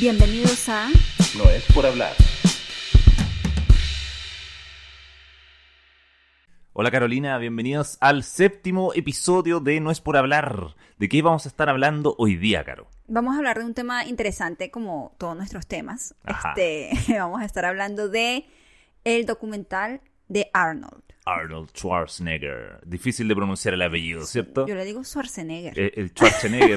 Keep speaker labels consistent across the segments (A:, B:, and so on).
A: Bienvenidos a
B: No es por hablar. Hola Carolina, bienvenidos al séptimo episodio de No es por hablar. ¿De qué vamos a estar hablando hoy día, Caro?
A: Vamos a hablar de un tema interesante como todos nuestros temas.
B: Ajá.
A: Este, vamos a estar hablando de el documental de Arnold.
B: Arnold Schwarzenegger. Difícil de pronunciar el apellido, ¿cierto?
A: Yo le digo Schwarzenegger.
B: Eh, El Schwarzenegger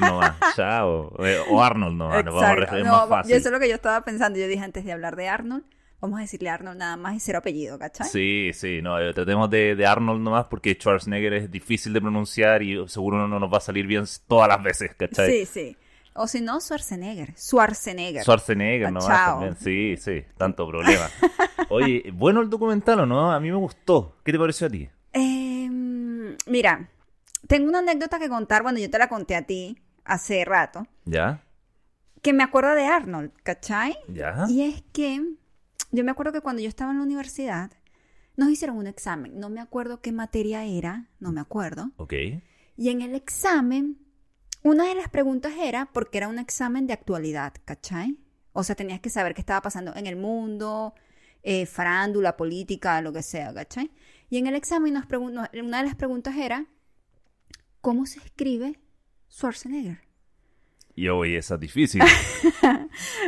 B: nomás, chao. Eh, O Arnold nomás, nos vamos a
A: Exacto.
B: referir
A: No,
B: más
A: yo
B: fácil.
A: eso es lo que yo estaba pensando. Yo dije antes de hablar de Arnold, vamos a decirle Arnold nada más y cero apellido, ¿cachai?
B: Sí, sí, no, eh, tratemos de, de Arnold nomás porque Schwarzenegger es difícil de pronunciar y seguro no nos va a salir bien todas las veces, ¿cachai?
A: sí. sí. O si no, Schwarzenegger. Schwarzenegger.
B: Schwarzenegger nomás
A: Ah, Chao.
B: también, sí, sí, tanto problema. Oye, bueno el documental o no, a mí me gustó. ¿Qué te pareció a ti?
A: Eh, mira, tengo una anécdota que contar. Bueno, yo te la conté a ti hace rato.
B: ¿Ya?
A: Que me acuerdo de Arnold, ¿cachai?
B: ¿Ya?
A: Y es que yo me acuerdo que cuando yo estaba en la universidad, nos hicieron un examen. No me acuerdo qué materia era, no me acuerdo.
B: Ok.
A: Y en el examen, una de las preguntas era, porque era un examen de actualidad, ¿cachai? O sea, tenías que saber qué estaba pasando en el mundo, eh, farándula, política, lo que sea, ¿cachai? Y en el examen nos pregun- nos- una de las preguntas era, ¿cómo se escribe Schwarzenegger?
B: Y oye, esa es difícil.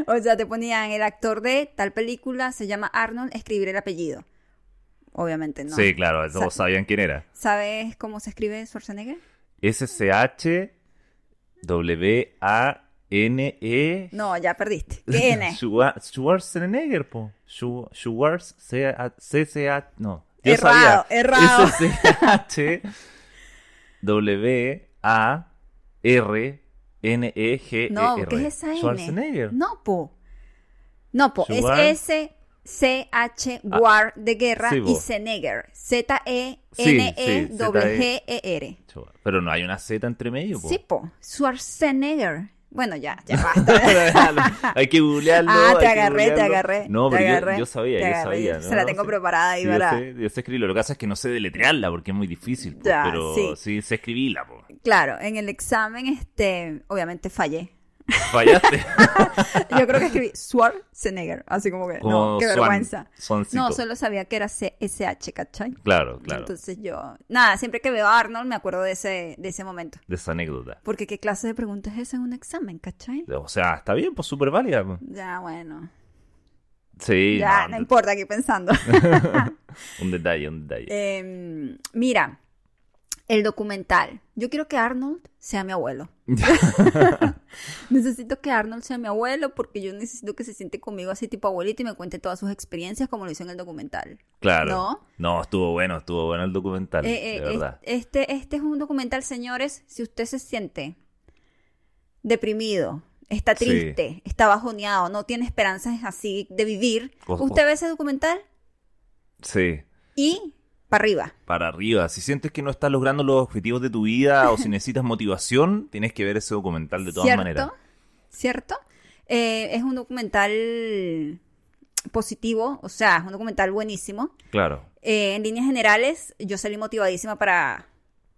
A: O sea, te ponían el actor de tal película, se llama Arnold, escribir el apellido. Obviamente no.
B: Sí, claro, todos
A: Sa-
B: sabían quién era.
A: ¿Sabes cómo se escribe Schwarzenegger?
B: SCH W A N E
A: No, ya perdiste. ¿Qué N?
B: Schwa- Schwarzenegger, po. Schwa- Schwarz C A- C C A no. Yo
A: Errado,
B: sabía.
A: errado.
B: SCH W A R N E G E R.
A: No, ¿qué es esa N?
B: Schwarzenegger.
A: No, po. No, po.
B: Schwar-
A: Es S C H War de guerra
B: Ah. sí,
A: y
B: po.
A: Senegger. Z E
B: Sí,
A: N E
B: sí,
A: W G E R.
B: Chua, Pero no hay una Z entre medio, po.
A: Sí, po. Schwarzenegger. Bueno, ya, ya basta.
B: hay que googlearlo.
A: Ah, te
B: hay que
A: agarré, te
B: googlearlo.
A: agarré.
B: No,
A: te
B: pero yo-
A: agarré,
B: yo, sabía,
A: te
B: yo
A: agarré.
B: sabía.
A: Se
B: ¿no?
A: la tengo
B: Sí.
A: preparada ahí,
B: Sí, yo
A: ¿verdad?
B: sé, yo sé escribirlo. Lo que pasa es que no sé deletrearla porque es muy difícil. po,
A: Ya,
B: pero
A: sí.
B: sí. sé escribirla. po.
A: Claro, en el examen, este, obviamente fallé.
B: Fallaste.
A: Yo creo que escribí Schwarzenegger, así como que, no,
B: Como
A: qué
B: Swan-
A: vergüenza.
B: Swancito.
A: No, solo sabía que era CSH, ¿cachai?
B: Claro, claro.
A: Entonces yo, nada, siempre que veo a Arnold me acuerdo de ese, de ese momento.
B: de esa anécdota.
A: Porque qué clase de preguntas es esa en un examen, ¿cachai?
B: O sea, está bien, pues súper válida. po.
A: Ya, bueno.
B: Sí,
A: ya, no,
B: no,
A: importa, aquí pensando.
B: un detalle, un detalle.
A: Em, mira, el documental. Yo quiero que Arnold sea mi abuelo. Necesito que Arnold sea mi abuelo porque yo necesito que se siente conmigo así tipo abuelito y me cuente todas sus experiencias como lo hizo en el documental.
B: claro.
A: ¿no?
B: ¿No? estuvo bueno, estuvo bueno el documental,
A: Eh, eh,
B: de verdad.
A: es- este, este es un documental, señores, si usted se siente deprimido, está
B: Sí.
A: triste, está bajoneado, no tiene esperanzas así de vivir,
B: O- o-
A: usted ve ese documental
B: Sí.
A: y para arriba.
B: Para arriba. Si sientes que no estás logrando los objetivos de tu vida o si necesitas motivación, tienes que ver ese documental de todas
A: ¿Cierto?
B: maneras.
A: ¿Cierto? Eh, es un documental positivo, o sea, es un documental buenísimo.
B: Claro.
A: Eh, en líneas generales, yo salí motivadísima para...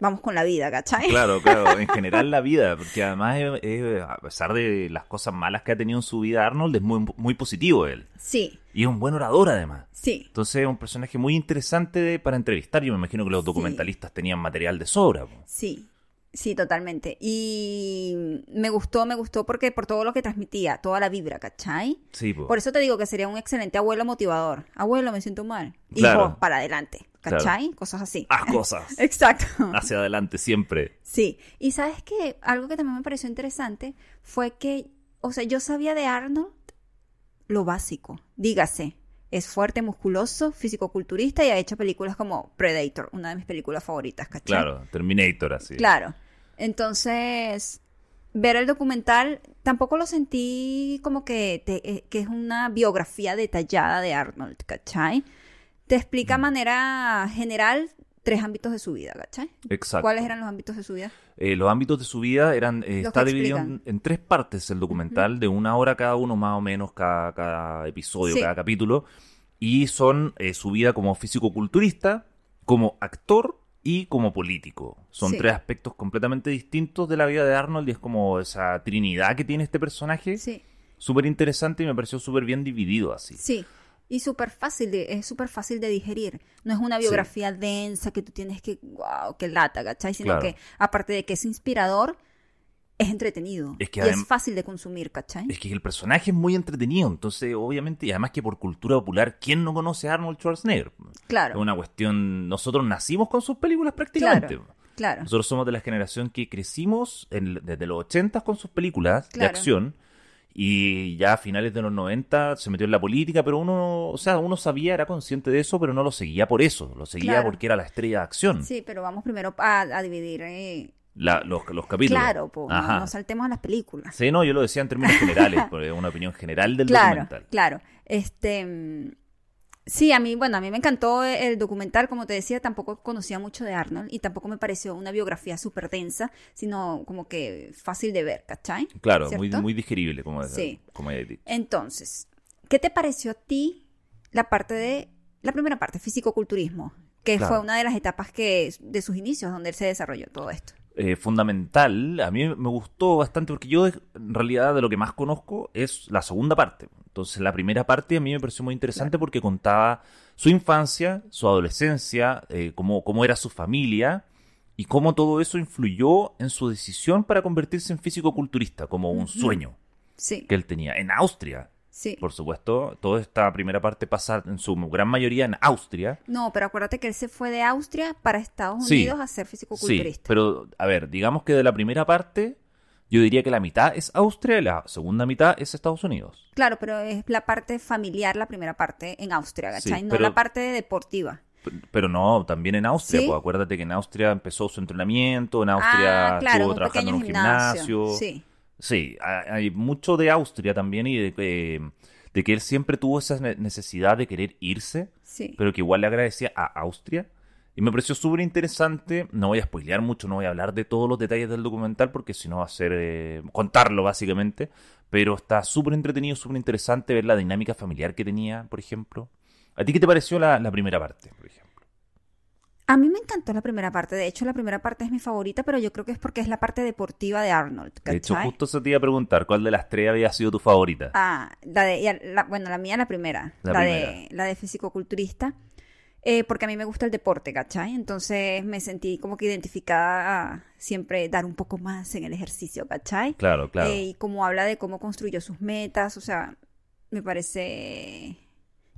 A: Vamos con la vida, ¿cachai?
B: Claro, claro, en general la vida, porque además es- es- a pesar de las cosas malas que ha tenido en su vida Arnold, es muy, muy positivo él.
A: Sí,
B: Y es un buen orador además.
A: sí.
B: Entonces es un personaje muy interesante de- para entrevistar. Yo me imagino que los
A: Sí.
B: documentalistas tenían material de sobra. po.
A: Sí, sí, totalmente. Y me gustó, me gustó porque por todo lo que transmitía, toda la vibra, ¿cachai?
B: Sí, po.
A: Por eso te digo que sería un excelente abuelo motivador. Abuelo, me siento mal. Hijo,
B: Claro.
A: para adelante,
B: Claro.
A: ¿cachai? Cosas así.
B: Haz cosas.
A: Exacto.
B: Hacia adelante siempre.
A: Sí. Y sabes que algo que también me pareció interesante fue que, o sea, yo sabía de Arnold lo básico. Dígase, es fuerte, musculoso, físico-culturista y ha hecho películas como Predator, una de mis películas favoritas, ¿cachai?
B: Claro, Terminator así.
A: Claro. Entonces, ver el documental tampoco lo sentí como que, te- eh, que es una biografía detallada de Arnold, ¿cachai? Te
B: Mm.
A: explica a manera general tres ámbitos de su vida, ¿cachai?
B: Exacto.
A: ¿Cuáles eran los ámbitos de su vida?
B: Eh, los ámbitos de su vida eran eh,
A: Los
B: está
A: que
B: dividido en, en tres partes el documental, de una hora cada uno más o menos, cada, cada episodio,
A: Sí.
B: cada capítulo. Y son eh, su vida como físico-culturista, como actor y como político. Son
A: Sí.
B: tres aspectos completamente distintos de la vida de Arnold y es como esa trinidad que tiene este personaje.
A: Sí.
B: súper interesante y me pareció súper bien dividido así.
A: Sí. Y súper fácil, de- es súper fácil de digerir. No es una biografía densa que tú tienes que, wow, que lata, ¿cachai? Sino
B: Claro.
A: que, aparte de que es inspirador, es entretenido.
B: Es que
A: y es
B: adem-
A: fácil de consumir, ¿cachai?
B: Es que el personaje es muy entretenido, entonces obviamente, y además que por cultura popular, ¿quién no conoce a Arnold Schwarzenegger? Es
A: Claro,
B: una cuestión, nosotros nacimos con sus películas prácticamente.
A: claro.
B: Nosotros somos de la generación que crecimos en- desde los 80 con sus películas
A: Claro.
B: de acción y ya a finales de los 90 se metió en la política, pero uno, o sea, uno sabía, era consciente de eso, pero no lo seguía por eso, lo seguía
A: Claro.
B: porque era la estrella de acción,
A: Sí, pero vamos primero a, a dividir. eh.
B: la- los, los capítulos.
A: Claro, po, no-
B: Ajá.
A: no saltemos a las películas.
B: Sí, no, yo lo decía en términos generales, porque es una opinión general del
A: claro,
B: documental.
A: Claro, este mm, sí, a mí, bueno, a mí me encantó el documental, como te decía, tampoco conocía mucho de Arnold y tampoco me pareció una biografía súper densa, sino como que fácil de ver, ¿cachai?
B: Claro, muy,
A: ¿Cierto?
B: muy digerible, como,
A: Sí.
B: como he dicho.
A: Entonces, ¿qué te pareció a ti la parte de la primera parte, fisicoculturismo? Que
B: Claro.
A: fue una de las etapas que de sus inicios donde se desarrolló todo esto.
B: eh, fundamental. A mí me gustó bastante porque yo de- en realidad de lo que más conozco es la segunda parte. Entonces la primera parte a mí me pareció muy interesante porque contaba su infancia, su adolescencia, eh, cómo, cómo era su familia y cómo todo eso influyó en su decisión para convertirse en físico-culturista, como un sueño
A: Sí,
B: que él tenía en Austria.
A: sí.
B: Por supuesto, toda esta primera parte pasa en su gran mayoría en Austria.
A: No, pero acuérdate que él se fue de Austria para Estados
B: Sí.
A: Unidos a ser fisicoculturista.
B: Sí, pero a ver, digamos que de la primera parte, yo diría que la mitad es Austria y la segunda mitad es Estados Unidos.
A: Claro, pero es la parte familiar, la primera parte en Austria,
B: Sí,
A: ¿cachai? no
B: pero-
A: la parte deportiva.
B: P- Pero no, también en Austria,
A: ¿Sí?
B: pues acuérdate que en Austria empezó su entrenamiento, en Austria
A: ah, claro,
B: estuvo
A: un
B: trabajando
A: pequeño
B: en un gimnasio.
A: Sí,
B: Sí, ha- hay mucho de Austria también y de, que- de que él siempre tuvo esa ne- necesidad de querer irse,
A: sí.
B: pero que igual le agradecía a Austria. Y me pareció súper interesante. No voy a spoilear mucho, no voy a hablar de todos los detalles del documental porque si no va a ser eh, contarlo básicamente. Pero está súper entretenido, súper interesante ver la dinámica familiar que tenía, por ejemplo. ¿A ti qué te pareció la, la primera parte, por ejemplo?
A: A mí me encantó la primera parte. De hecho, la primera parte es mi favorita, pero yo creo que es porque es la parte deportiva de Arnold,
B: De hecho,
A: ¿cachai?
B: justo se te iba a preguntar cuál de las tres había sido tu favorita.
A: Ah, la de, ya- la- bueno, la mía la primera, la,
B: La
A: de la de fisicoculturista, eh, porque a mí me gusta el deporte, ¿cachai? Entonces me sentí como que identificada a siempre dar un poco más en el ejercicio, ¿cachai?
B: Claro, claro.
A: Eh, y como habla de cómo construyó sus metas, o sea, me parece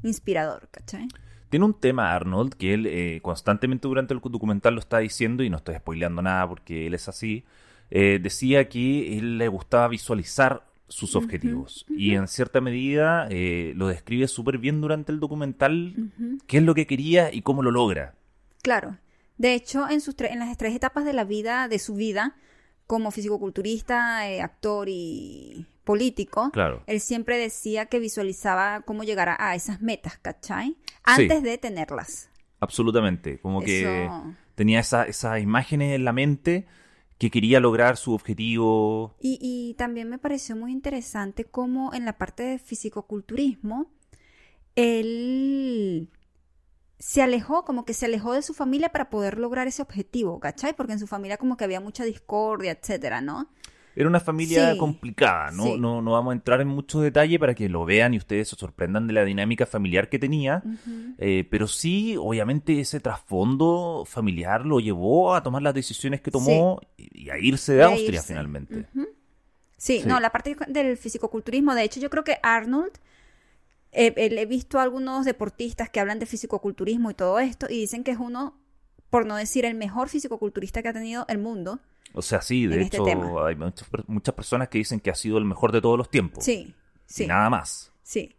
A: inspirador, ¿cachai?
B: Tiene un tema, Arnold, que él eh, constantemente durante el documental lo está diciendo, y no estoy spoileando nada porque él es así. eh, decía que él le gustaba visualizar sus objetivos. Y en cierta medida eh, lo describe súper bien durante el documental
A: Ujú.
B: qué es lo que quería y cómo lo logra.
A: Claro. De hecho, en, sus tre- en las tres etapas de la vida, de su vida, como fisicoculturista, eh, actor y político,
B: Claro.
A: él siempre decía que visualizaba cómo llegar a, a esas metas, ¿cachai? Antes de tenerlas.
B: Absolutamente. Como que
A: Eso-
B: tenía esa- esas imágenes en la mente que quería lograr su objetivo.
A: Y, y también me pareció muy interesante cómo en la parte de fisicoculturismo, él se alejó, como que se alejó de su familia para poder lograr ese objetivo, ¿cachai? Porque en su familia como que había mucha discordia, etcétera, ¿no?
B: Era una familia
A: Sí.
B: complicada, ¿no?
A: Sí.
B: ¿no? No vamos a entrar en mucho detalle para que lo vean y ustedes se sorprendan de la dinámica familiar que tenía. Eh, pero sí, obviamente ese trasfondo familiar lo llevó a tomar las decisiones que tomó y, y a irse de,
A: Y a
B: Austria
A: irse. Mm.
B: finalmente.
A: Sí,
B: Sí.
A: no, la parte del fisicoculturismo, de hecho yo creo que Arnold, eh, eh, le he visto a algunos deportistas que hablan de fisicoculturismo y todo esto, y dicen que es uno, por no decir el mejor fisicoculturista que ha tenido el mundo.
B: O sea, sí, de
A: En este
B: hecho
A: tema.
B: hay muchas, per- muchas personas que dicen que ha sido el mejor de todos los tiempos.
A: Sí, sí.
B: Y nada más.
A: Sí.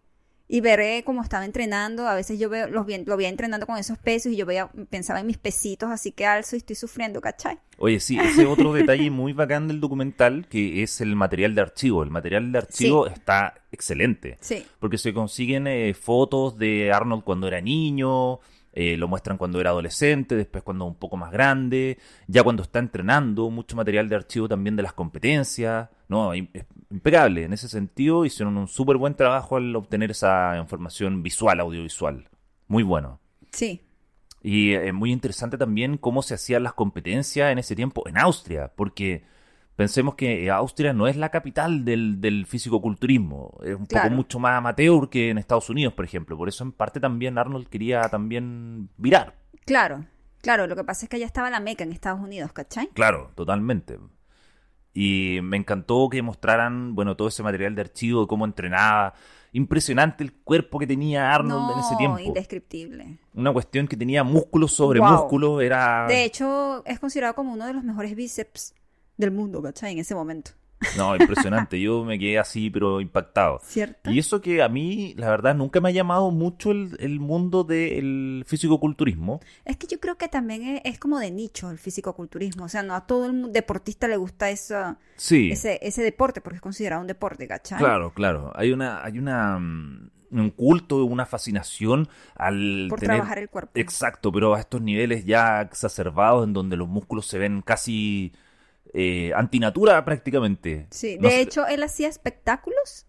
A: Y veré cómo estaba entrenando. A veces yo veo, los vi- lo veía entrenando con esos pesos y yo veía, pensaba en mis pesitos, así que alzo y estoy sufriendo, ¿cachai?
B: Oye, sí, ese es otro detalle muy bacán del documental que es el material de archivo. El material de archivo está excelente.
A: Sí.
B: porque se consiguen eh, fotos de Arnold cuando era niño, eh, lo muestran cuando era adolescente, después cuando un poco más grande, ya cuando está entrenando, mucho material de archivo también de las competencias, ¿no? Im- es Impecable, en ese sentido hicieron un súper buen trabajo al obtener esa información visual, audiovisual, muy bueno.
A: Sí.
B: eh, Y es muy interesante también cómo se hacían las competencias en ese tiempo en Austria, porque Pensemos que Austria no es la capital del, del fisicoculturismo, es un
A: Claro.
B: poco mucho más amateur que en Estados Unidos, por ejemplo. Por eso en parte también Arnold quería también virar.
A: Claro, claro, lo que pasa es que allá estaba la meca en Estados Unidos, ¿cachai?
B: Claro, totalmente. Y me encantó que mostraran, bueno, todo ese material de archivo, cómo entrenaba. Impresionante el cuerpo que tenía Arnold en ese tiempo.
A: indescriptible.
B: Una cuestión que tenía músculo sobre
A: Wow.
B: músculo, era...
A: De hecho, es considerado como uno de los mejores bíceps del mundo, ¿cachai? En ese momento,
B: No, impresionante. Yo me quedé así, pero impactado.
A: ¿cierto?
B: Y eso que a mí, la verdad, nunca me ha llamado mucho el, el mundo del físico-culturismo.
A: Es que yo creo que también es, es como de nicho el fisicoculturismo, o sea, no a todo el mu- deportista le gusta esa,
B: Sí,
A: ese, ese deporte porque es considerado un deporte, ¿cachai?
B: claro, claro. Hay una, hay una mm, un culto, una fascinación al
A: Por
B: tener
A: trabajar el cuerpo.
B: Exacto, pero a estos niveles ya exacerbados en donde los músculos se ven casi eh, antinatura prácticamente.
A: Sí,
B: No
A: de
B: sé-
A: hecho, él hacía espectáculos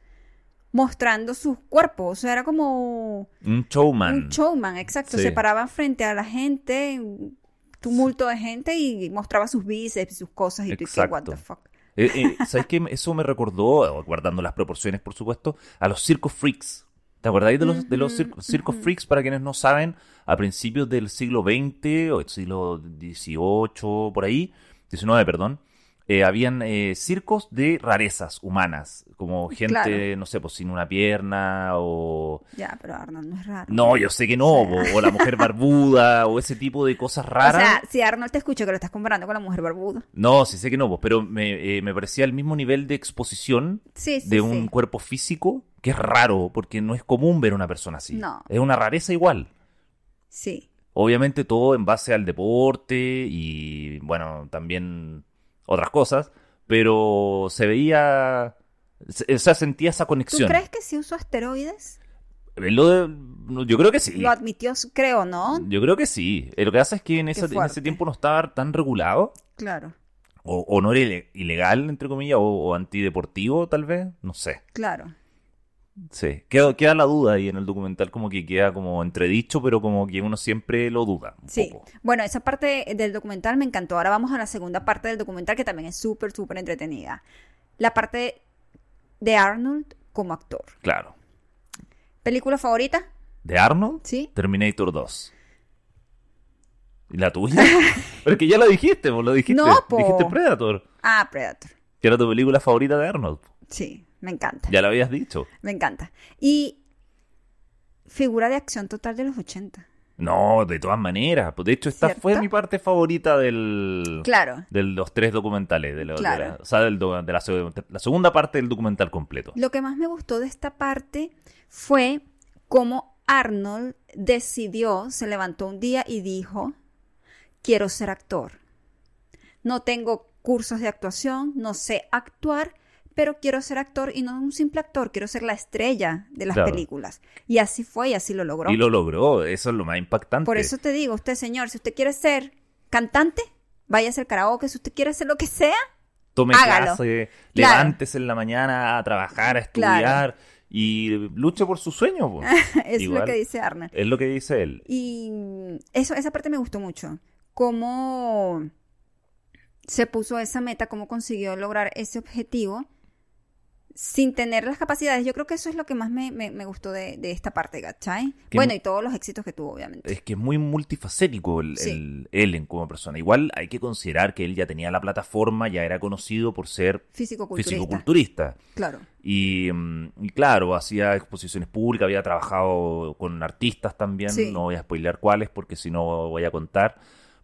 A: mostrando sus cuerpos, o sea, era como
B: Un showman.
A: un showman, exacto,
B: Sí.
A: se paraba frente a la gente, un tumulto de gente y mostraba sus bíceps, sus cosas y tú, y que, what
B: Exacto.
A: the fuck.
B: Eh, eh, ¿Sabes qué? Eso me recordó, guardando las proporciones por supuesto, a los Circo Freaks. ¿Te acordáis de los, de los
A: Ujú,
B: cir- Circo
A: ujú.
B: Freaks? Para quienes no saben, a principios del siglo XX o el siglo XVIII, por ahí, XIX, perdón, eh, habían eh, circos de rarezas humanas, como gente,
A: Claro.
B: no sé, pues sin una pierna o...
A: Ya, pero Arnold no es raro.
B: No, yo sé que no,
A: O
B: o, o la mujer barbuda, o ese tipo de cosas raras.
A: O sea, si Arnold te escucha que lo estás comparando con la mujer barbuda.
B: no, sí sé que no, pues, pero me, eh, me parecía el mismo nivel de exposición
A: Sí, sí,
B: de
A: sí.
B: un cuerpo físico que es raro, porque no es común ver una persona así.
A: No.
B: Es una rareza igual.
A: Sí.
B: Obviamente todo en base al deporte y, bueno, también otras cosas, pero se veía, se- o sea, sentía esa
A: ¿Tú
B: conexión.
A: crees que sí usó asteroides?
B: Lo de- yo creo que sí. Mm.
A: Lo admitió, creo, ¿no?
B: Yo creo que sí. Eh, Lo que pasa es que en, esa- en
A: fuerte.
B: ese tiempo no estaba tan regulado,
A: Claro,
B: o, o no era ile- ilegal, entre comillas, o, o antideportivo, tal vez, no sé.
A: claro.
B: Sí, queda, queda la duda ahí en el documental, como que queda como entredicho, pero como que uno siempre lo duda un
A: Sí.
B: poco.
A: Bueno, esa parte del documental me encantó. Ahora vamos a la segunda parte del documental que también es súper, súper entretenida. La parte de Arnold como actor.
B: Claro.
A: ¿Película favorita?
B: ¿De Arnold?
A: Sí.
B: Terminator 2. ¿Y la tuya? pero es que ya lo dijiste, vos lo dijiste.
A: No, po.
B: Dijiste Predator,
A: Ah, Predator.
B: que era tu película favorita de Arnold.
A: Sí, me encanta.
B: Ya lo habías dicho.
A: Me encanta. Y figura de acción total de los 80.
B: No, de todas maneras. pues, De hecho, esta fue
A: ¿Cierto?
B: mi parte favorita del...
A: Claro.
B: De los tres documentales, de, lo- de
A: Claro.
B: la, o sea, del do- de la, seg- la segunda parte del documental completo.
A: Lo que más me gustó de esta parte fue cómo Arnold decidió, se levantó un día y dijo, quiero ser actor. No tengo cursos de actuación, no sé actuar, pero quiero ser actor y no un simple actor, quiero ser la estrella de las
B: Claro.
A: películas. Y así fue y así lo logró.
B: Y lo logró, eso es lo más impactante.
A: Por eso te digo, usted señor, si usted quiere ser cantante, vaya a hacer karaoke, si usted quiere hacer lo que sea,
B: tome
A: Hágalo.
B: clase,
A: Claro.
B: levántese en la mañana a trabajar, a estudiar
A: Claro.
B: y luche por sus sueños. po.
A: es lo
B: Igual.
A: que dice Arnold.
B: es lo que dice él.
A: Y mm, eso, esa parte me gustó mucho. Cómo se puso esa meta, cómo consiguió lograr ese objetivo sin tener las capacidades. Yo creo que eso es lo que más me, me- me gustó de, de esta parte, ¿cachai?
B: Que
A: Bueno,
B: mu-
A: y todos los éxitos que tuvo, obviamente.
B: Es que es muy multifacético el,
A: Sí.
B: el Ellen como persona. Igual hay que considerar que él ya tenía la plataforma, ya era conocido por ser
A: Físico-culturista.
B: fisicoculturista.
A: Claro.
B: Y, mm, y claro, hacía exposiciones públicas, había trabajado con artistas también,
A: Sí.
B: no voy a spoilear cuáles porque si no voy a contar.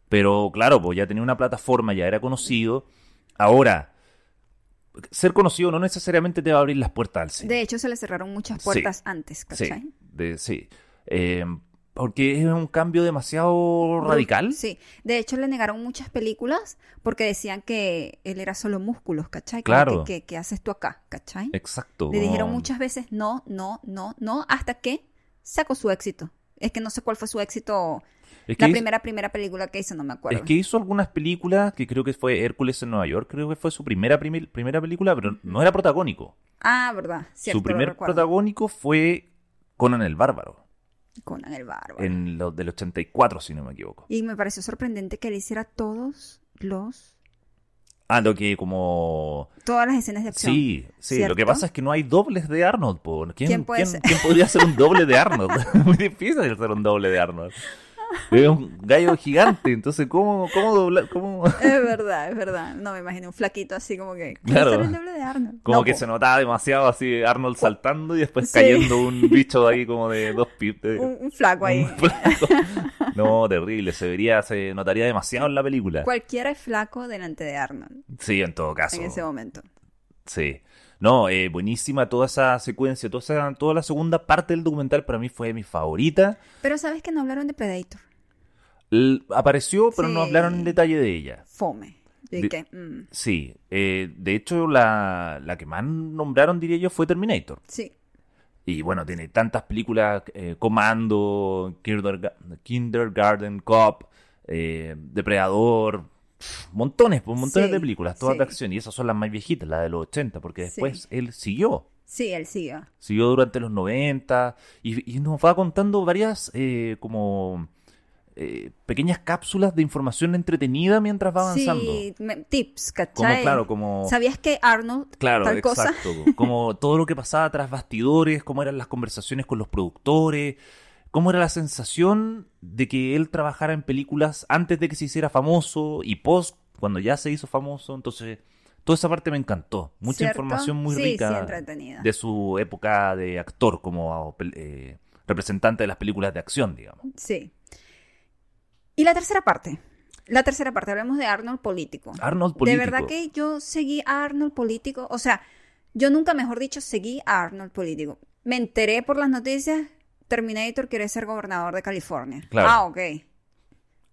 B: Pero claro, pues ya tenía una plataforma, ya era conocido. Ahora, ser conocido no necesariamente te va a abrir las puertas al cine.
A: De hecho, se le cerraron muchas
B: Sí.
A: puertas antes, ¿cachai?
B: sí, de- sí. Eh, porque es un cambio demasiado radical.
A: Sí. De hecho, le negaron muchas películas porque decían que él era solo músculos, ¿cachai? Como
B: Claro.
A: que, que- ¿Qué haces tú acá, ¿cachai?
B: Exacto.
A: Le
B: como-
A: dijeron muchas veces no, no, no, no, hasta que sacó su éxito. Es que no sé cuál fue su éxito.
B: Es
A: la
B: que-
A: primera, primera película que hizo, no me acuerdo.
B: Es que hizo algunas películas, que creo que fue Hércules en Nueva York, creo que fue su primera, primi- primera película, pero no era protagónico.
A: Ah, verdad. Cierto, lo
B: su primer
A: recuerdo.
B: protagónico fue Conan el Bárbaro,
A: Conan el Bárbaro.
B: en lo, del 84, si no me equivoco.
A: Y me pareció sorprendente que él hiciera todos los
B: Ah, lo que como...
A: Todas las escenas de acción.
B: Sí, sí. Lo que
A: ¿Cierto?
B: pasa es que no hay dobles de Arnold. po. ¿Quién,
A: ¿Quién puede ser?
B: quién podría ser un doble de Arnold? Muy difícil hacer un doble de Arnold. Es un gallo gigante, entonces ¿cómo, cómo doblar? Cómo...
A: Es verdad, es verdad. No me imagino un flaquito así como que. ¿Quién
B: Claro.
A: será el doble de Arnold?
B: Como
A: No,
B: que
A: po.
B: se notaba demasiado así Arnold saltando y después
A: Sí.
B: cayendo un bicho ahí como de dos pies. de-
A: Un, un flaco ahí.
B: un plato. No, terrible. Se vería, se notaría demasiado en la película.
A: Cualquiera es flaco delante de Arnold
B: Sí, en todo caso.
A: en ese momento.
B: Sí. No, eh, buenísima toda esa secuencia, toda, esa- toda la segunda parte del documental para mí fue mi favorita.
A: Pero sabes que no hablaron de Predator.
B: L- apareció, pero no
A: Sí.
B: hablaron en detalle de ella.
A: Fome. Yo
B: De-
A: dije, mm,
B: Sí, eh, de hecho la, la que más nombraron, diría yo, fue Terminator.
A: sí.
B: Y bueno, tiene tantas películas, eh, Comando, Kinderga- Kindergarten Cop, eh, Depredador, pf, montones, pues, montones
A: Sí,
B: de películas, todas
A: sí.
B: de acción. Y esas son las más viejitas, las de los 80, porque
A: Sí.
B: después él siguió.
A: Sí, él sigue.
B: Siguió durante los 90 y, y nos va contando varias eh, como eh, pequeñas cápsulas de información entretenida mientras va avanzando.
A: Sí, me- tips,
B: Como,
A: ¿cachai?
B: claro, como...
A: ¿Sabías que Arnold
B: Claro,
A: tal cosa?
B: exacto. Como todo lo que pasaba tras bastidores, cómo eran las conversaciones con los productores, cómo era la sensación de que él trabajara en películas antes de que se hiciera famoso y post, cuando ya se hizo famoso. Entonces, toda esa parte me encantó. Mucha
A: ¿Cierto?
B: información muy
A: Sí, Sí,
B: rica
A: entretenida.
B: de su época de actor como eh, representante de las películas de acción, digamos.
A: Sí. Y la tercera parte. La tercera parte, hablemos de Arnold político.
B: Arnold Ah, político.
A: De verdad que yo seguí a Arnold político. O sea, yo nunca, mejor dicho, seguí a Arnold político. Me enteré por las noticias, Terminator quiere ser gobernador de California.
B: Claro.
A: Ah, ok.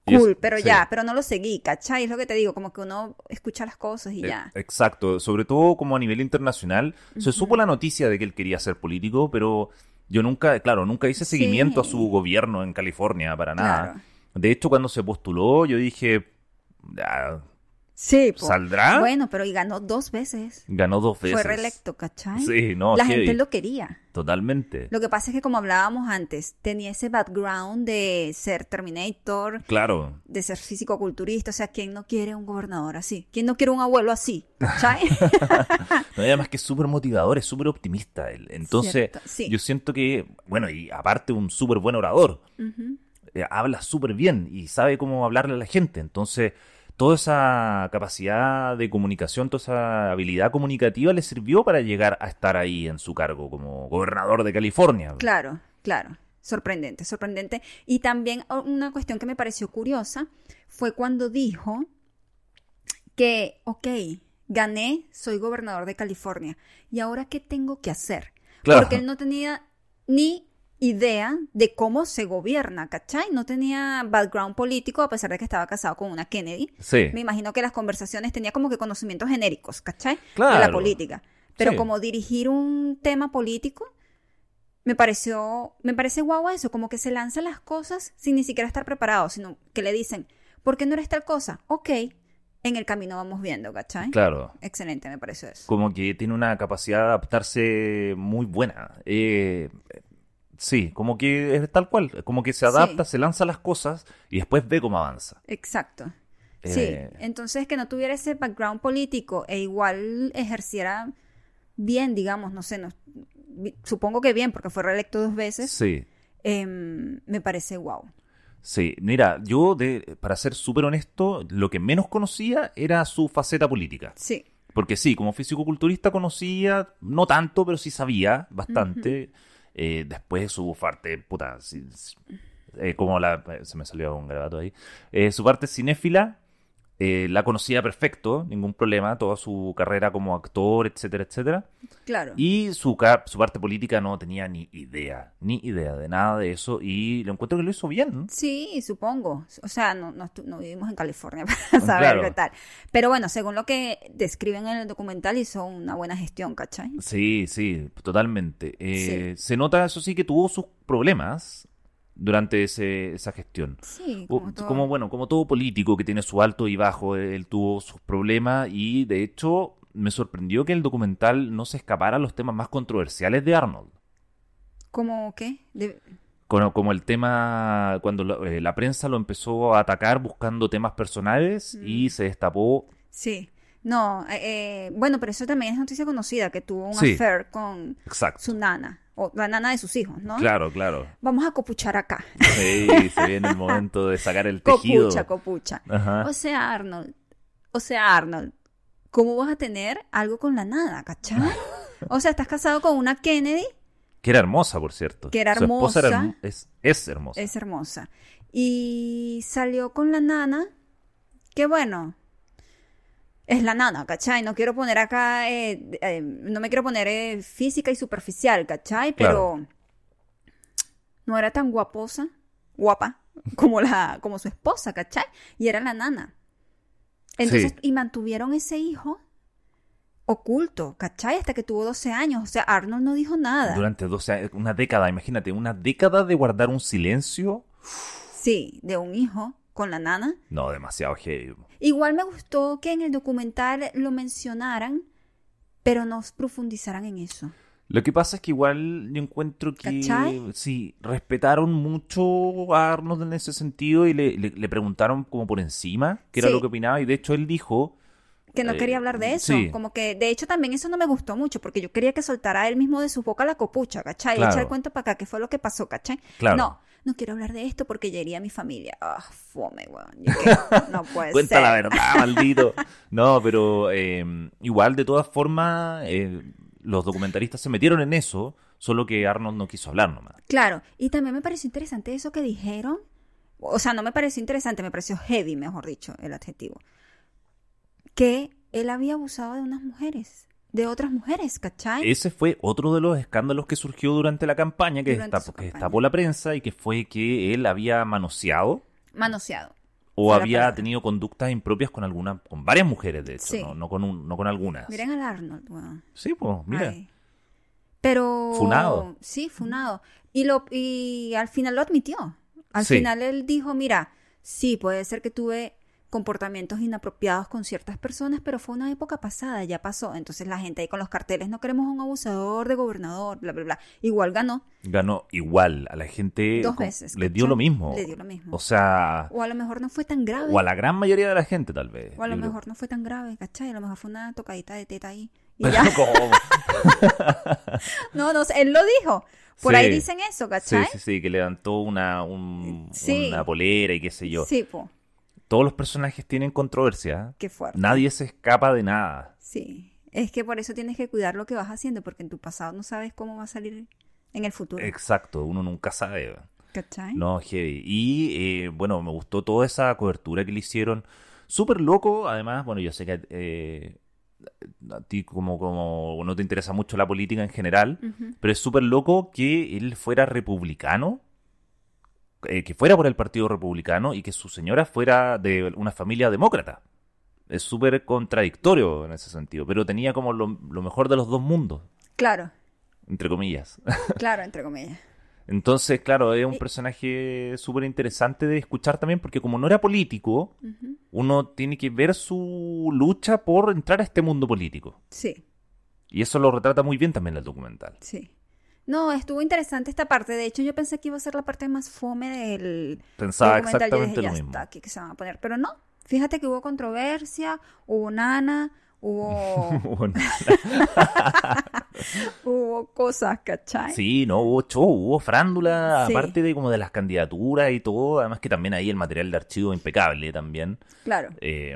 B: Y es-
A: Cool, pero
B: sí.
A: ya, pero no lo seguí, ¿cachai? Es lo que te digo, como que uno escucha las cosas y
B: E-
A: ya.
B: Exacto, sobre todo como a nivel internacional. Se supo la noticia de que él quería ser político, pero yo nunca, claro, nunca hice
A: Sí.
B: seguimiento a su gobierno en California para nada.
A: Claro.
B: De hecho, cuando se postuló, yo dije, "Ah,
A: Sí, po.
B: ¿saldrá?
A: Bueno, pero y ganó dos veces.
B: Ganó dos veces.
A: Fue reelecto, ¿cachai?
B: Sí, no,
A: la
B: heavy,
A: gente lo quería.
B: totalmente.
A: Lo que pasa es que como hablábamos antes, tenía ese background de ser Terminator,
B: Claro,
A: de ser físico-culturista, o sea, ¿quién no quiere un gobernador así? ¿Quién no quiere un abuelo así? ¿Cachai?
B: No, y además que es súper motivador, es súper optimista él. Entonces,
A: Cierto, sí.
B: yo siento que, bueno, y aparte un súper buen orador,
A: Ujú.
B: eh, habla súper bien y sabe cómo hablarle a la gente. Entonces, toda esa capacidad de comunicación, toda esa habilidad comunicativa le sirvió para llegar a estar ahí en su cargo como gobernador de California.
A: Claro, claro. Sorprendente, sorprendente. Y también o- una cuestión que me pareció curiosa fue cuando dijo que, ok, gané, soy gobernador de California. ¿Y ahora qué tengo que hacer?
B: Claro.
A: Porque él no tenía ni idea de cómo se gobierna, ¿cachai? No tenía background político a pesar de que estaba casado con una Kennedy.
B: Sí,
A: Me imagino que las conversaciones tenía como que conocimientos genéricos, ¿cachai? De la
B: Claro.
A: política. Pero
B: Sí.
A: como dirigir un tema político, me pareció, me parece guau eso, como que se lanza las cosas sin ni siquiera estar preparado, sino que le dicen, ¿por qué no eres tal cosa? Ok, en el camino vamos viendo, ¿cachai?
B: claro.
A: Excelente, me pareció eso.
B: Como que tiene una capacidad de adaptarse muy buena. Eh, sí, como que es tal cual. Como que se adapta, se lanza las cosas y después ve cómo avanza.
A: Exacto.
B: Eh,
A: Sí, entonces que no tuviera ese background político e igual ejerciera bien, digamos, no sé, no- vi- supongo que bien, porque fue reelecto dos veces,
B: Sí,
A: em, me parece guau.
B: sí. Mira, yo, de, para ser súper honesto, lo que menos conocía era su faceta política.
A: Sí,
B: Porque sí, como físico-culturista conocía, no tanto, pero sí sabía bastante. Eh, después su parte, puta, sí, sí, eh, como la... eh, Se me salió un grabato ahí. Eh, su parte cinéfila eh, la conocía perfecto, ningún problema, toda su carrera como actor, etcétera, etcétera.
A: claro.
B: Y su, cap- su parte política no tenía ni idea, ni idea de nada de eso. Y lo encuentro que lo hizo bien.
A: Sí, supongo. O sea, no, no, estu- no vivimos en California para saber
B: Claro.
A: qué tal. Pero bueno, según lo que describen en el documental, hizo una buena gestión, ¿cachai?
B: Sí, sí, totalmente. Eh, Se nota, eso sí, que tuvo sus problemas durante ese- esa gestión.
A: Sí,
B: O-
A: como todo.
B: Como bueno, como todo político que tiene su alto y bajo, él tuvo sus problemas y de hecho me sorprendió que el documental no se escapara a los temas más controversiales de Arnold.
A: ¿Cómo qué? De-
B: Como, como el tema, cuando la, eh,
A: Mm.
B: la prensa lo empezó a atacar buscando temas personales y se destapó
A: Sí. No, eh, eh, bueno, pero eso también es noticia conocida, que tuvo un
B: Sí.
A: affair con
B: Exacto.
A: su nana, o la nana de sus hijos, ¿no?
B: Claro, claro.
A: Vamos a copuchar acá.
B: Sí, se viene el momento de sacar el tejido.
A: Copucha, copucha.
B: Ajá.
A: O sea, Arnold, o sea, Arnold, ¿cómo vas a tener algo con la nada, cachai? O sea, estás casado con una Kennedy,
B: Que era hermosa, por cierto.
A: Que era
B: Su esposa era
A: hermosa.
B: herm- es, es hermosa.
A: es hermosa, y salió con la nana, que bueno, es la nana, ¿cachai? No quiero poner acá, eh, eh, no me quiero poner eh, física y superficial, ¿cachai? Pero no era tan guaposa, guapa, como, la, como su esposa, ¿cachai? Y era la nana. Entonces,
B: Sí.
A: y mantuvieron ese hijo oculto, ¿cachai? Hasta que tuvo 12 años. O sea, Arnold no dijo nada.
B: Durante 12 años, una década, imagínate, una década de guardar un silencio.
A: Sí, de un hijo con la nana.
B: No, demasiado heavy.
A: Igual me gustó que en el documental lo mencionaran, pero no profundizaran en eso.
B: Lo que pasa es que igual yo encuentro que
A: ¿Cachai?
B: sí, respetaron mucho a Arnold en ese sentido y le, le- le preguntaron como por encima qué era
A: Sí.
B: lo que opinaba y de hecho él dijo,
A: Que no
B: Eh,
A: quería hablar de eso.
B: sí.
A: Como que, de hecho, también eso no me gustó mucho, porque yo quería que soltara él mismo de su boca la copucha, ¿cachai? Y
B: Claro.
A: Echar el cuento para acá, qué fue lo que pasó, ¿cachai?
B: claro,
A: No, no quiero hablar de esto porque ya iría a mi familia. Ah, fome, weón. Yo qué- No puede
B: cuenta
A: ser.
B: la verdad, ah, maldito. No, pero eh, igual de todas formas eh, los documentaristas se metieron en eso, solo que Arnold no quiso hablar nomás.
A: Claro, y también me pareció interesante eso que dijeron. O sea, no me pareció interesante, me pareció heavy, mejor dicho, el adjetivo. Que él había abusado de unas mujeres, de otras mujeres, ¿cachai?
B: Ese fue otro de los escándalos que surgió durante la campaña, que,
A: Durante
B: destapó,
A: su
B: que
A: campaña.
B: destapó la prensa y que fue que él había manoseado
A: Manoseado.
B: o
A: Fue la
B: había
A: palabra.
B: tenido conductas impropias con alguna, con varias mujeres, de hecho,
A: Sí.
B: no, no con un- no con algunas.
A: Miren al Arnold, weón.
B: Sí, pues, mira.
A: Ay. Pero.
B: Funado.
A: Sí, funado. Y, lo, y al final lo admitió. Al
B: Sí.
A: final él dijo: Mira, sí, puede ser que tuve comportamientos inapropiados con ciertas personas, pero fue una época pasada, ya pasó. Entonces la gente ahí con los carteles, no queremos a un abusador de gobernador, bla, bla, bla. Igual ganó
B: Ganó igual. A la gente
A: dos
B: co-
A: veces.
B: les dio
A: ¿cachai?
B: lo mismo.
A: Le dio lo mismo.
B: O sea,
A: O a lo mejor no fue tan grave.
B: o a la gran mayoría de la gente, tal vez.
A: o a lo
B: yo creo.
A: mejor no fue tan grave, ¿cachai? A lo mejor fue una tocadita de teta ahí. Y
B: Pero
A: ya.
B: como-
A: No, no, sé, él lo dijo. Por ahí
B: Sí.
A: dicen eso,
B: Sí,
A: ¿cachai?
B: sí, sí, que levantó una, un-
A: Sí.
B: una polera y qué sé yo.
A: Sí, po,
B: Todos los personajes tienen controversia. ¿eh?
A: qué fuerte.
B: Nadie se escapa de nada.
A: Sí, es que por eso tienes que cuidar lo que vas haciendo, porque en tu pasado no sabes cómo va a salir en el futuro.
B: Exacto, uno nunca sabe.
A: ¿Cachai?
B: No, heavy. Y eh, bueno, me gustó toda esa cobertura que le hicieron. Súper loco, además, bueno, yo sé que eh, a ti como, como no te interesa mucho la política en general,
A: Ujú.
B: pero es súper loco que él fuera republicano, eh, que fuera por el Partido Republicano y que su señora fuera de una familia demócrata. Es súper contradictorio en ese sentido, pero tenía como lo, lo mejor de los dos mundos,
A: Claro,
B: entre comillas.
A: claro, entre comillas.
B: Entonces, claro, es un
A: Y-
B: personaje súper interesante de escuchar también, porque como no era político,
A: Ujú.
B: uno tiene que ver su lucha por entrar a este mundo político.
A: Sí,
B: Y eso lo retrata muy bien también el documental.
A: sí. No, estuvo interesante esta parte. De hecho, yo pensé que iba a ser la parte más fome del
B: Pensaba
A: documental. Yo dije,
B: exactamente
A: ya
B: lo mismo.
A: está, aquí que se van a poner. Pero no, fíjate que hubo controversia, hubo nana, hubo,
B: Bueno,
A: hubo cosas, ¿cachai?
B: sí, no, hubo show, hubo frándula,
A: Sí.
B: aparte de como de las candidaturas y todo, además que también ahí el material de archivo impecable también.
A: Claro.
B: Eh,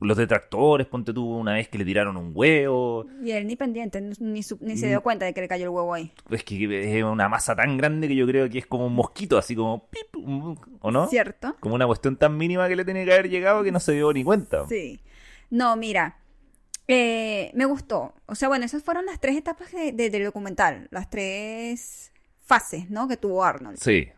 B: los detractores, ponte tú una vez que le tiraron un huevo,
A: Y él ni pendiente, ni, su- ni se dio cuenta de que le cayó el huevo ahí.
B: es que es una masa tan grande que yo creo que es como un mosquito, así como pip, mm, ¿o no?
A: ¿Cierto?
B: Como una cuestión tan mínima que le tenía que haber llegado que no se dio ni cuenta.
A: Sí. No, mira, eh, me gustó. O sea, bueno, esas fueron las tres etapas de- de- del documental, las tres fases, ¿no? Que tuvo Arnold.
B: Sí.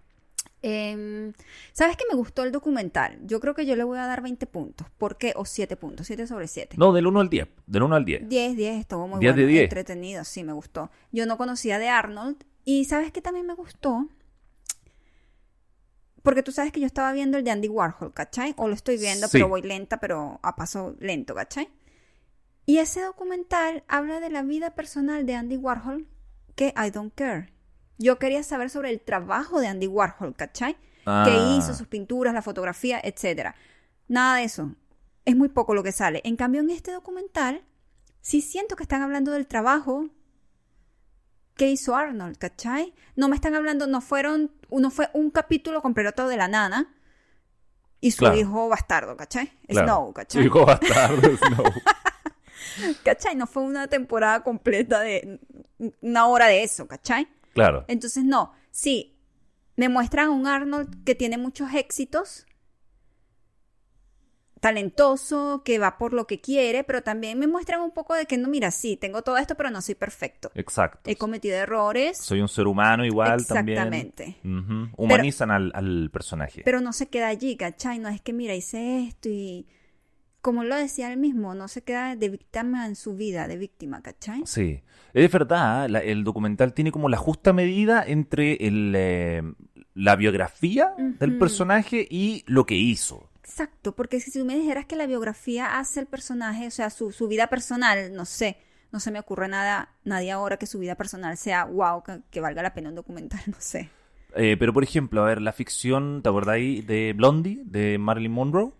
A: Em, ¿sabes que me gustó el documental? Yo creo que yo le voy a dar 20 puntos. ¿Por qué? O 7 puntos, 7 sobre 7.
B: No, del 1 al 10. Del 1 al 10.
A: 10, 10, estuvo muy
B: 10 de
A: bueno,
B: 10.
A: entretenido, sí, me gustó. Yo no conocía de Arnold y ¿sabes qué también me gustó? Porque tú sabes que yo estaba viendo el de Andy Warhol, ¿cachai? O lo estoy viendo,
B: Sí.
A: pero voy lenta, pero a paso lento, ¿cachai? Y ese documental habla de la vida personal de Andy Warhol que I don't care. Yo quería saber sobre el trabajo de Andy Warhol, ¿cachai?
B: Ah,
A: qué hizo, sus pinturas, la fotografía, etcétera. Nada de eso. es muy poco lo que sale. En cambio, en este documental, sí siento que están hablando del trabajo que hizo Arnold, ¿cachai? No me están hablando, no fueron, uno fue un capítulo completo de la nana y su
B: Claro.
A: hijo bastardo, ¿cachai?
B: Claro.
A: Snow, ¿cachai?
B: Chico bastardo, Snow.
A: ¿Cachai? No fue una temporada completa de una hora de eso, ¿cachai?
B: Claro,
A: Entonces, no, sí, me muestran a un Arnold que tiene muchos éxitos, talentoso, que va por lo que quiere, pero también me muestran un poco de que no, mira, sí, tengo todo esto, pero no soy perfecto.
B: exacto.
A: He cometido errores.
B: Soy un ser humano igual también.
A: Eh, Exactamente.
B: Ujú. Humanizan al, al personaje.
A: Pero no se queda allí, ¿cachai? No es que, mira, hice esto y... Como lo decía él mismo, no se queda de víctima en su vida, de víctima, ¿cachai?
B: Sí, es verdad, ¿eh? la- el documental tiene como la justa medida entre el, eh, la biografía del
A: Ujú.
B: personaje y lo que hizo.
A: Exacto, porque si tú me dijeras que la biografía hace el personaje, o sea, su, su vida personal, no sé, no se me ocurre nada, nadie ahora que su vida personal sea wow, que, que valga la pena un documental, no sé.
B: Eh, pero por ejemplo, a ver, la ficción, ¿te acordáis de Blondie, de Marilyn Monroe?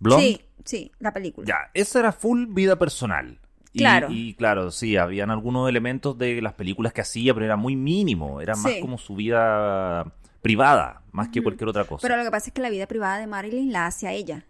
B: Blondie.
A: Sí, sí, la película.
B: Ya, esa era full vida personal. Y,
A: Claro.
B: Y claro, sí, habían algunos elementos de las películas que hacía, pero era muy mínimo, era más
A: Sí.
B: como su vida privada, más que
A: Ujú.
B: cualquier otra cosa.
A: Pero lo que pasa es que la vida privada de Marilyn la hace a ella,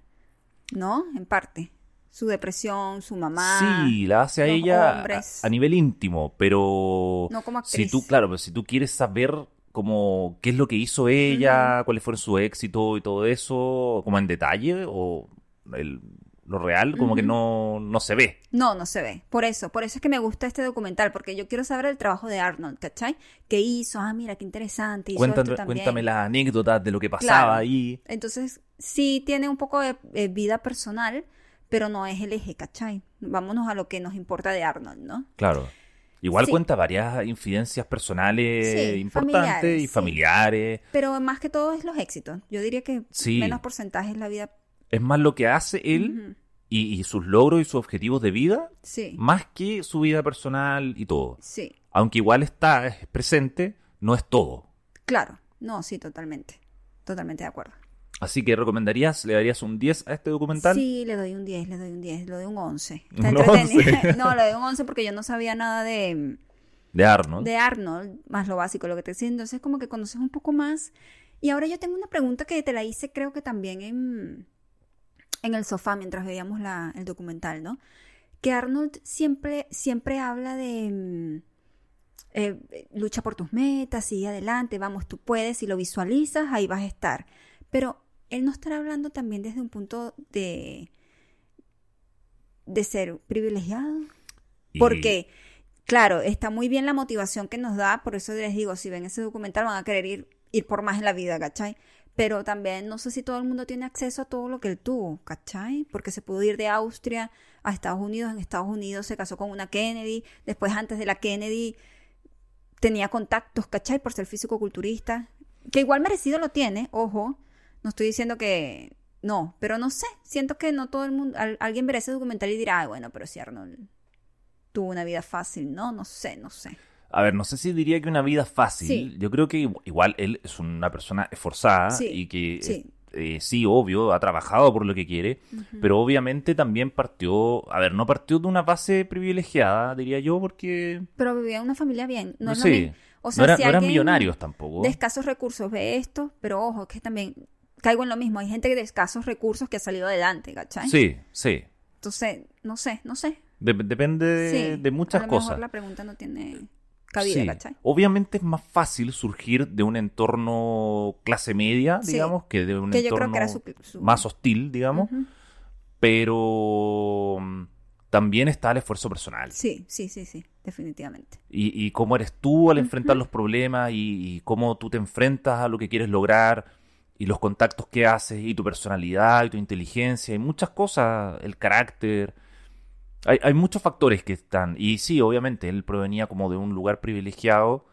A: ¿no? En parte. Su depresión, su mamá.
B: Sí, la hace a
A: los
B: ella a,
A: hombres.
B: a nivel íntimo, pero
A: No como
B: si
A: actriz.
B: tú, claro, pero si tú quieres saber como qué es lo que hizo ella, cuáles fueron su éxito y todo eso, como en detalle o el- lo real, como que
A: Ujú.
B: no, no se ve.
A: No, no se ve. Por eso, por eso es que me gusta este documental, porque yo quiero saber el trabajo de Arnold, ¿cachai? ¿Qué hizo? Ah, mira, qué interesante. Hizo
B: Cuéntame,
A: esto también.
B: cuéntame las anécdotas de lo que pasaba
A: Claro.
B: ahí.
A: Entonces, sí tiene un poco de, eh, vida personal, pero no es el eje, ¿cachai? Vámonos a lo que nos importa de Arnold, ¿no?
B: Claro. Igual
A: Sí.
B: cuenta varias infidencias personales
A: Sí,
B: importantes
A: familiares,
B: y
A: sí.
B: familiares.
A: Pero más que todo es los éxitos. Yo diría que
B: Sí.
A: menos porcentaje es la vida.
B: Es más lo que hace él
A: Ujú.
B: y, y sus logros y sus objetivos de vida,
A: Sí,
B: más que su vida personal y todo.
A: sí,
B: Aunque igual está, es presente, no es todo.
A: claro. No, sí, totalmente. Totalmente de acuerdo.
B: Así que recomendarías, le darías un 10 a este documental.
A: Sí, le doy un 10, le doy un 10, le doy un 11. Está
B: Un
A: entretenido. no, le doy un 11 porque yo no sabía nada de,
B: De Arnold.
A: de Arnold, más lo básico, lo que te decía. Entonces, como que conoces un poco más. Y ahora yo tengo una pregunta que te la hice, creo que también en, en el sofá mientras veíamos la- el documental, ¿no? Que Arnold siempre, siempre habla de mm, eh, eh, lucha por tus metas, sigue adelante, vamos, tú puedes, si lo visualizas, ahí vas a estar. Pero él no estará hablando también desde un punto de, de ser privilegiado.
B: Y-
A: Porque, claro, está muy bien la motivación que nos da, por eso les digo, si ven ese documental van a querer ir, ir por más en la vida, ¿cachai? Pero también no sé si todo el mundo tiene acceso a todo lo que él tuvo, ¿cachai? Porque se pudo ir de Austria a Estados Unidos, en Estados Unidos se casó con una Kennedy, después antes de la Kennedy tenía contactos, ¿cachai? Por ser físico-culturista, que igual merecido lo tiene, ojo, no estoy diciendo que no, pero no sé, siento que no todo el mundo, al- alguien verá ese documental y dirá, ay, bueno, pero si Arnold tuvo una vida fácil, no, no sé, no sé.
B: A ver, no sé si diría que una vida fácil.
A: Sí.
B: Yo creo que igu- igual él es una persona esforzada
A: Sí,
B: y que
A: sí.
B: eh, sí, obvio, ha trabajado por lo que quiere, pero obviamente también partió, a ver, no partió de una base privilegiada, diría yo, porque
A: Pero vivía en una familia bien, no es lo
B: Sí.
A: mismo. O sea,
B: no, era-
A: si
B: no eran
A: alguien
B: millonarios tampoco.
A: de escasos recursos ve esto, pero ojo, que también caigo en lo mismo, hay gente de escasos recursos que ha salido adelante, ¿cachai?
B: Sí, sí.
A: Entonces, no sé, no sé.
B: De- depende de,
A: Sí,
B: de muchas
A: a lo
B: cosas.
A: Mejor la pregunta no tiene cabida,
B: Sí.
A: ¿cachai?
B: Obviamente es más fácil surgir de un entorno clase media,
A: Sí.
B: digamos, que de un
A: Que yo
B: entorno
A: creo que era su... su-
B: más hostil, digamos.
A: Ujú.
B: pero mm, también está el esfuerzo personal.
A: Sí, sí, sí, sí, definitivamente.
B: Y, y cómo eres tú al enfrentar los problemas y, y cómo tú te enfrentas a lo que quieres lograr y los contactos que haces y tu personalidad y tu inteligencia y muchas cosas, el carácter. Hay, hay muchos factores que están. Y sí, obviamente, él provenía como de un lugar privilegiado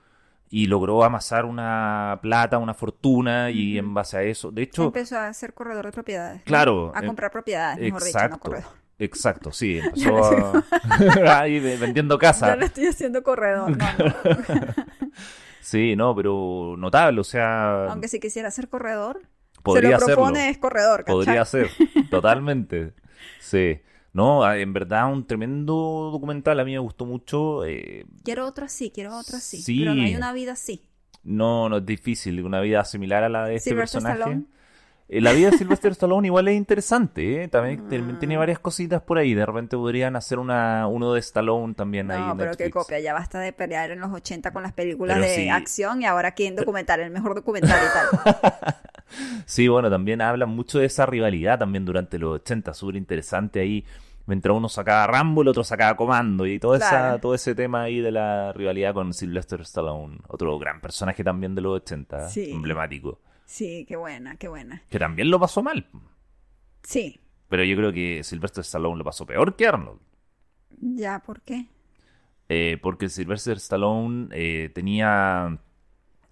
B: y logró amasar una plata, una fortuna y
A: Ujú.
B: en base a eso, de hecho,
A: Empezó a ser corredor de propiedades. ¿no?
B: Claro,
A: A
B: em-
A: comprar propiedades, mejor dicho, no
B: Exacto.
A: corredor.
B: Exacto, sí, empezó a- ahí ve- vendiendo
A: Ya
B: casa.
A: lo estoy haciendo corredor, no, no.
B: Sí, no, pero notable, o sea,
A: Aunque si quisiera ser corredor,
B: podría
A: se lo
B: hacerlo.
A: propone es corredor, ¿cachai?
B: Podría ser, totalmente. Sí. No, ah, en verdad, un tremendo documental. A mí me gustó mucho. eh,
A: Quiero otro así, quiero otro así.
B: Sí.
A: Pero no hay una vida así.
B: no, no es difícil. Una vida similar a la de este
A: Sylvester
B: personaje.
A: Stallone.
B: Eh, la vida de Sylvester Stallone igual es interesante. ¿eh? También te-
A: Ah.
B: tiene varias cositas por ahí. De repente podrían hacer una, uno de Stallone también ahí.
A: No,
B: en
A: pero qué
B: Netflix.
A: copia, ya basta de pelear en los 80 con las películas
B: Pero
A: de
B: sí.
A: acción y ahora quieren documentar el mejor documental y tal.
B: Sí, bueno, también hablan mucho de esa rivalidad también durante los 80, súper interesante ahí. Mientras uno sacaba Rambo, el otro sacaba Comando y todo, esa-
A: Claro.
B: todo ese tema ahí de la rivalidad con Sylvester Stallone, otro gran personaje también de los 80,
A: Sí.
B: emblemático,
A: Sí, qué buena, qué buena.
B: que también lo pasó mal.
A: Sí,
B: Pero yo creo que Sylvester Stallone lo pasó peor que Arnold.
A: ya, ¿por qué?
B: Eh, porque Sylvester Stallone eh, tenía.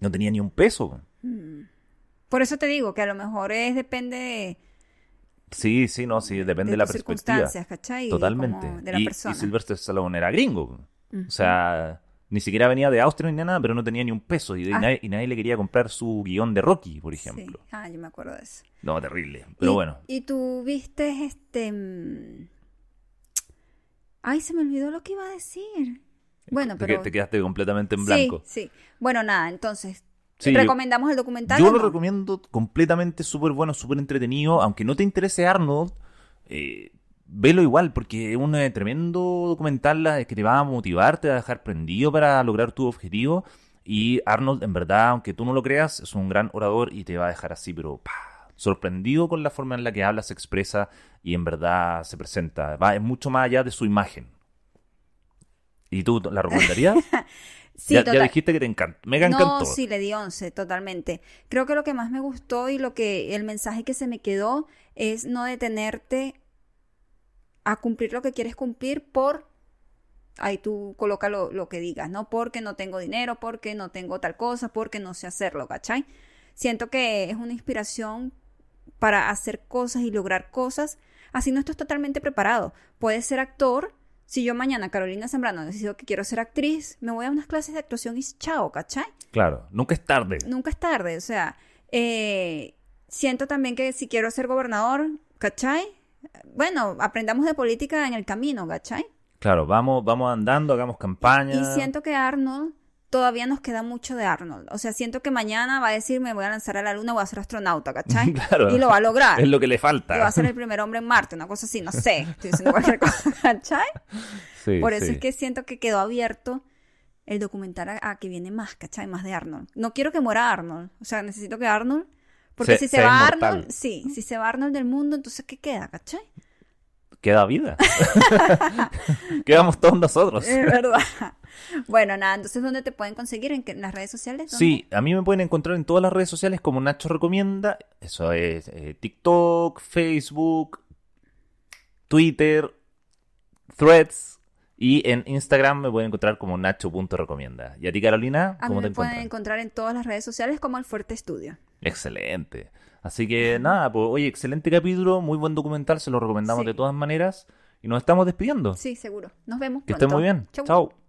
B: No tenía ni un peso.
A: Mm. Por eso te digo que a lo mejor es depende de,
B: Sí, sí, no, sí, depende de,
A: de
B: la
A: tus
B: perspectiva.
A: circunstancias, ¿cachai? Y
B: Totalmente.
A: como de la
B: y, y
A: persona.
B: Sylvester Stallone era gringo.
A: Ujú.
B: O sea, ni siquiera venía de Austria ni nada, pero no tenía ni un peso. Y, y
A: Ah.
B: nadie, y nadie le quería comprar su guión de Rocky, por ejemplo.
A: Sí. Ah, yo me acuerdo de eso.
B: No, terrible. Pero
A: Y-
B: bueno,
A: Y tú viste este... mm, Ay, se me olvidó lo que iba a decir. Bueno,
B: te,
A: pero...
B: te quedaste completamente en blanco.
A: Sí, sí. Bueno, nada, entonces,
B: Sí, yo-
A: ¿recomendamos el documental
B: Yo
A: o
B: lo
A: no?
B: recomiendo completamente, súper bueno, súper entretenido. Aunque no te interese Arnold, eh, velo igual, porque es un eh, tremendo documental la- que te va a motivar, te va a dejar prendido para lograr tu objetivo. Y Arnold, en verdad, aunque tú no lo creas, es un gran orador y te va a dejar así, pero ¡pah! sorprendido con la forma en la que habla, se expresa y en verdad se presenta. Va, es mucho más allá de su imagen. ¿Y tú la recomendarías?
A: Sí,
B: ya, ya
A: total.
B: dijiste que te encantó. Mega encantó.
A: No, sí, le di 11, totalmente. Creo que lo que más me gustó y lo que el mensaje que se me quedó es no detenerte a cumplir lo que quieres cumplir por, ahí tú coloca lo, lo que digas, ¿no? Porque no tengo dinero, porque no tengo tal cosa, porque no sé hacerlo, ¿cachai? Siento que es una inspiración para hacer cosas y lograr cosas, así no estás totalmente preparado. Puedes ser actor. Si yo mañana, Carolina Zambrano, decido que quiero ser actriz, me voy a unas clases de actuación y chao, ¿cachai?
B: Claro, nunca es tarde.
A: nunca es tarde. O sea, eh, siento también que si quiero ser gobernador, ¿cachai? Bueno, aprendamos de política en el camino, ¿cachai?
B: Claro, vamos, vamos andando, hagamos campaña.
A: Y siento que Arnold, todavía nos queda mucho de Arnold. O sea, siento que mañana va a decir, me voy a lanzar a la luna, voy a ser astronauta, ¿cachai?
B: Claro.
A: Y lo va a lograr.
B: Es lo que le
A: Y va
B: falta.
A: a ser el primer hombre en Marte, una cosa así, no sé. Estoy diciendo cualquier cosa, ¿cachai?
B: Sí,
A: Por eso
B: sí.
A: es que siento que quedó abierto el documental a, a que viene más, ¿cachai? Más de Arnold. No quiero que muera Arnold. O sea, necesito que Arnold. Porque
B: Se-
A: si se
B: sea
A: va
B: inmortal.
A: Arnold, sí, si se va Arnold del mundo, entonces ¿qué queda, cachai?
B: queda vida. Quedamos todos nosotros.
A: Es verdad. Bueno, nada, entonces ¿dónde te pueden conseguir? ¿En, qué- en las redes sociales? ¿Dónde?
B: Sí, a mí me pueden encontrar en todas las redes sociales como Nacho Recomienda. Eso es eh, TikTok, Facebook, Twitter, Threads. Y en Instagram me pueden encontrar como Nacho.recomienda. ¿Y a ti, Carolina?
A: A mí
B: ¿Cómo te
A: me pueden
B: encuentran?
A: encontrar en todas las redes sociales como El Fuerte Estudio.
B: Excelente. Así que nada, pues oye, excelente capítulo, muy buen documental, se lo recomendamos
A: Sí.
B: de todas maneras y nos estamos despidiendo.
A: Sí, seguro. Nos vemos
B: Que
A: pronto.
B: estén muy bien.
A: Chau.
B: Chao.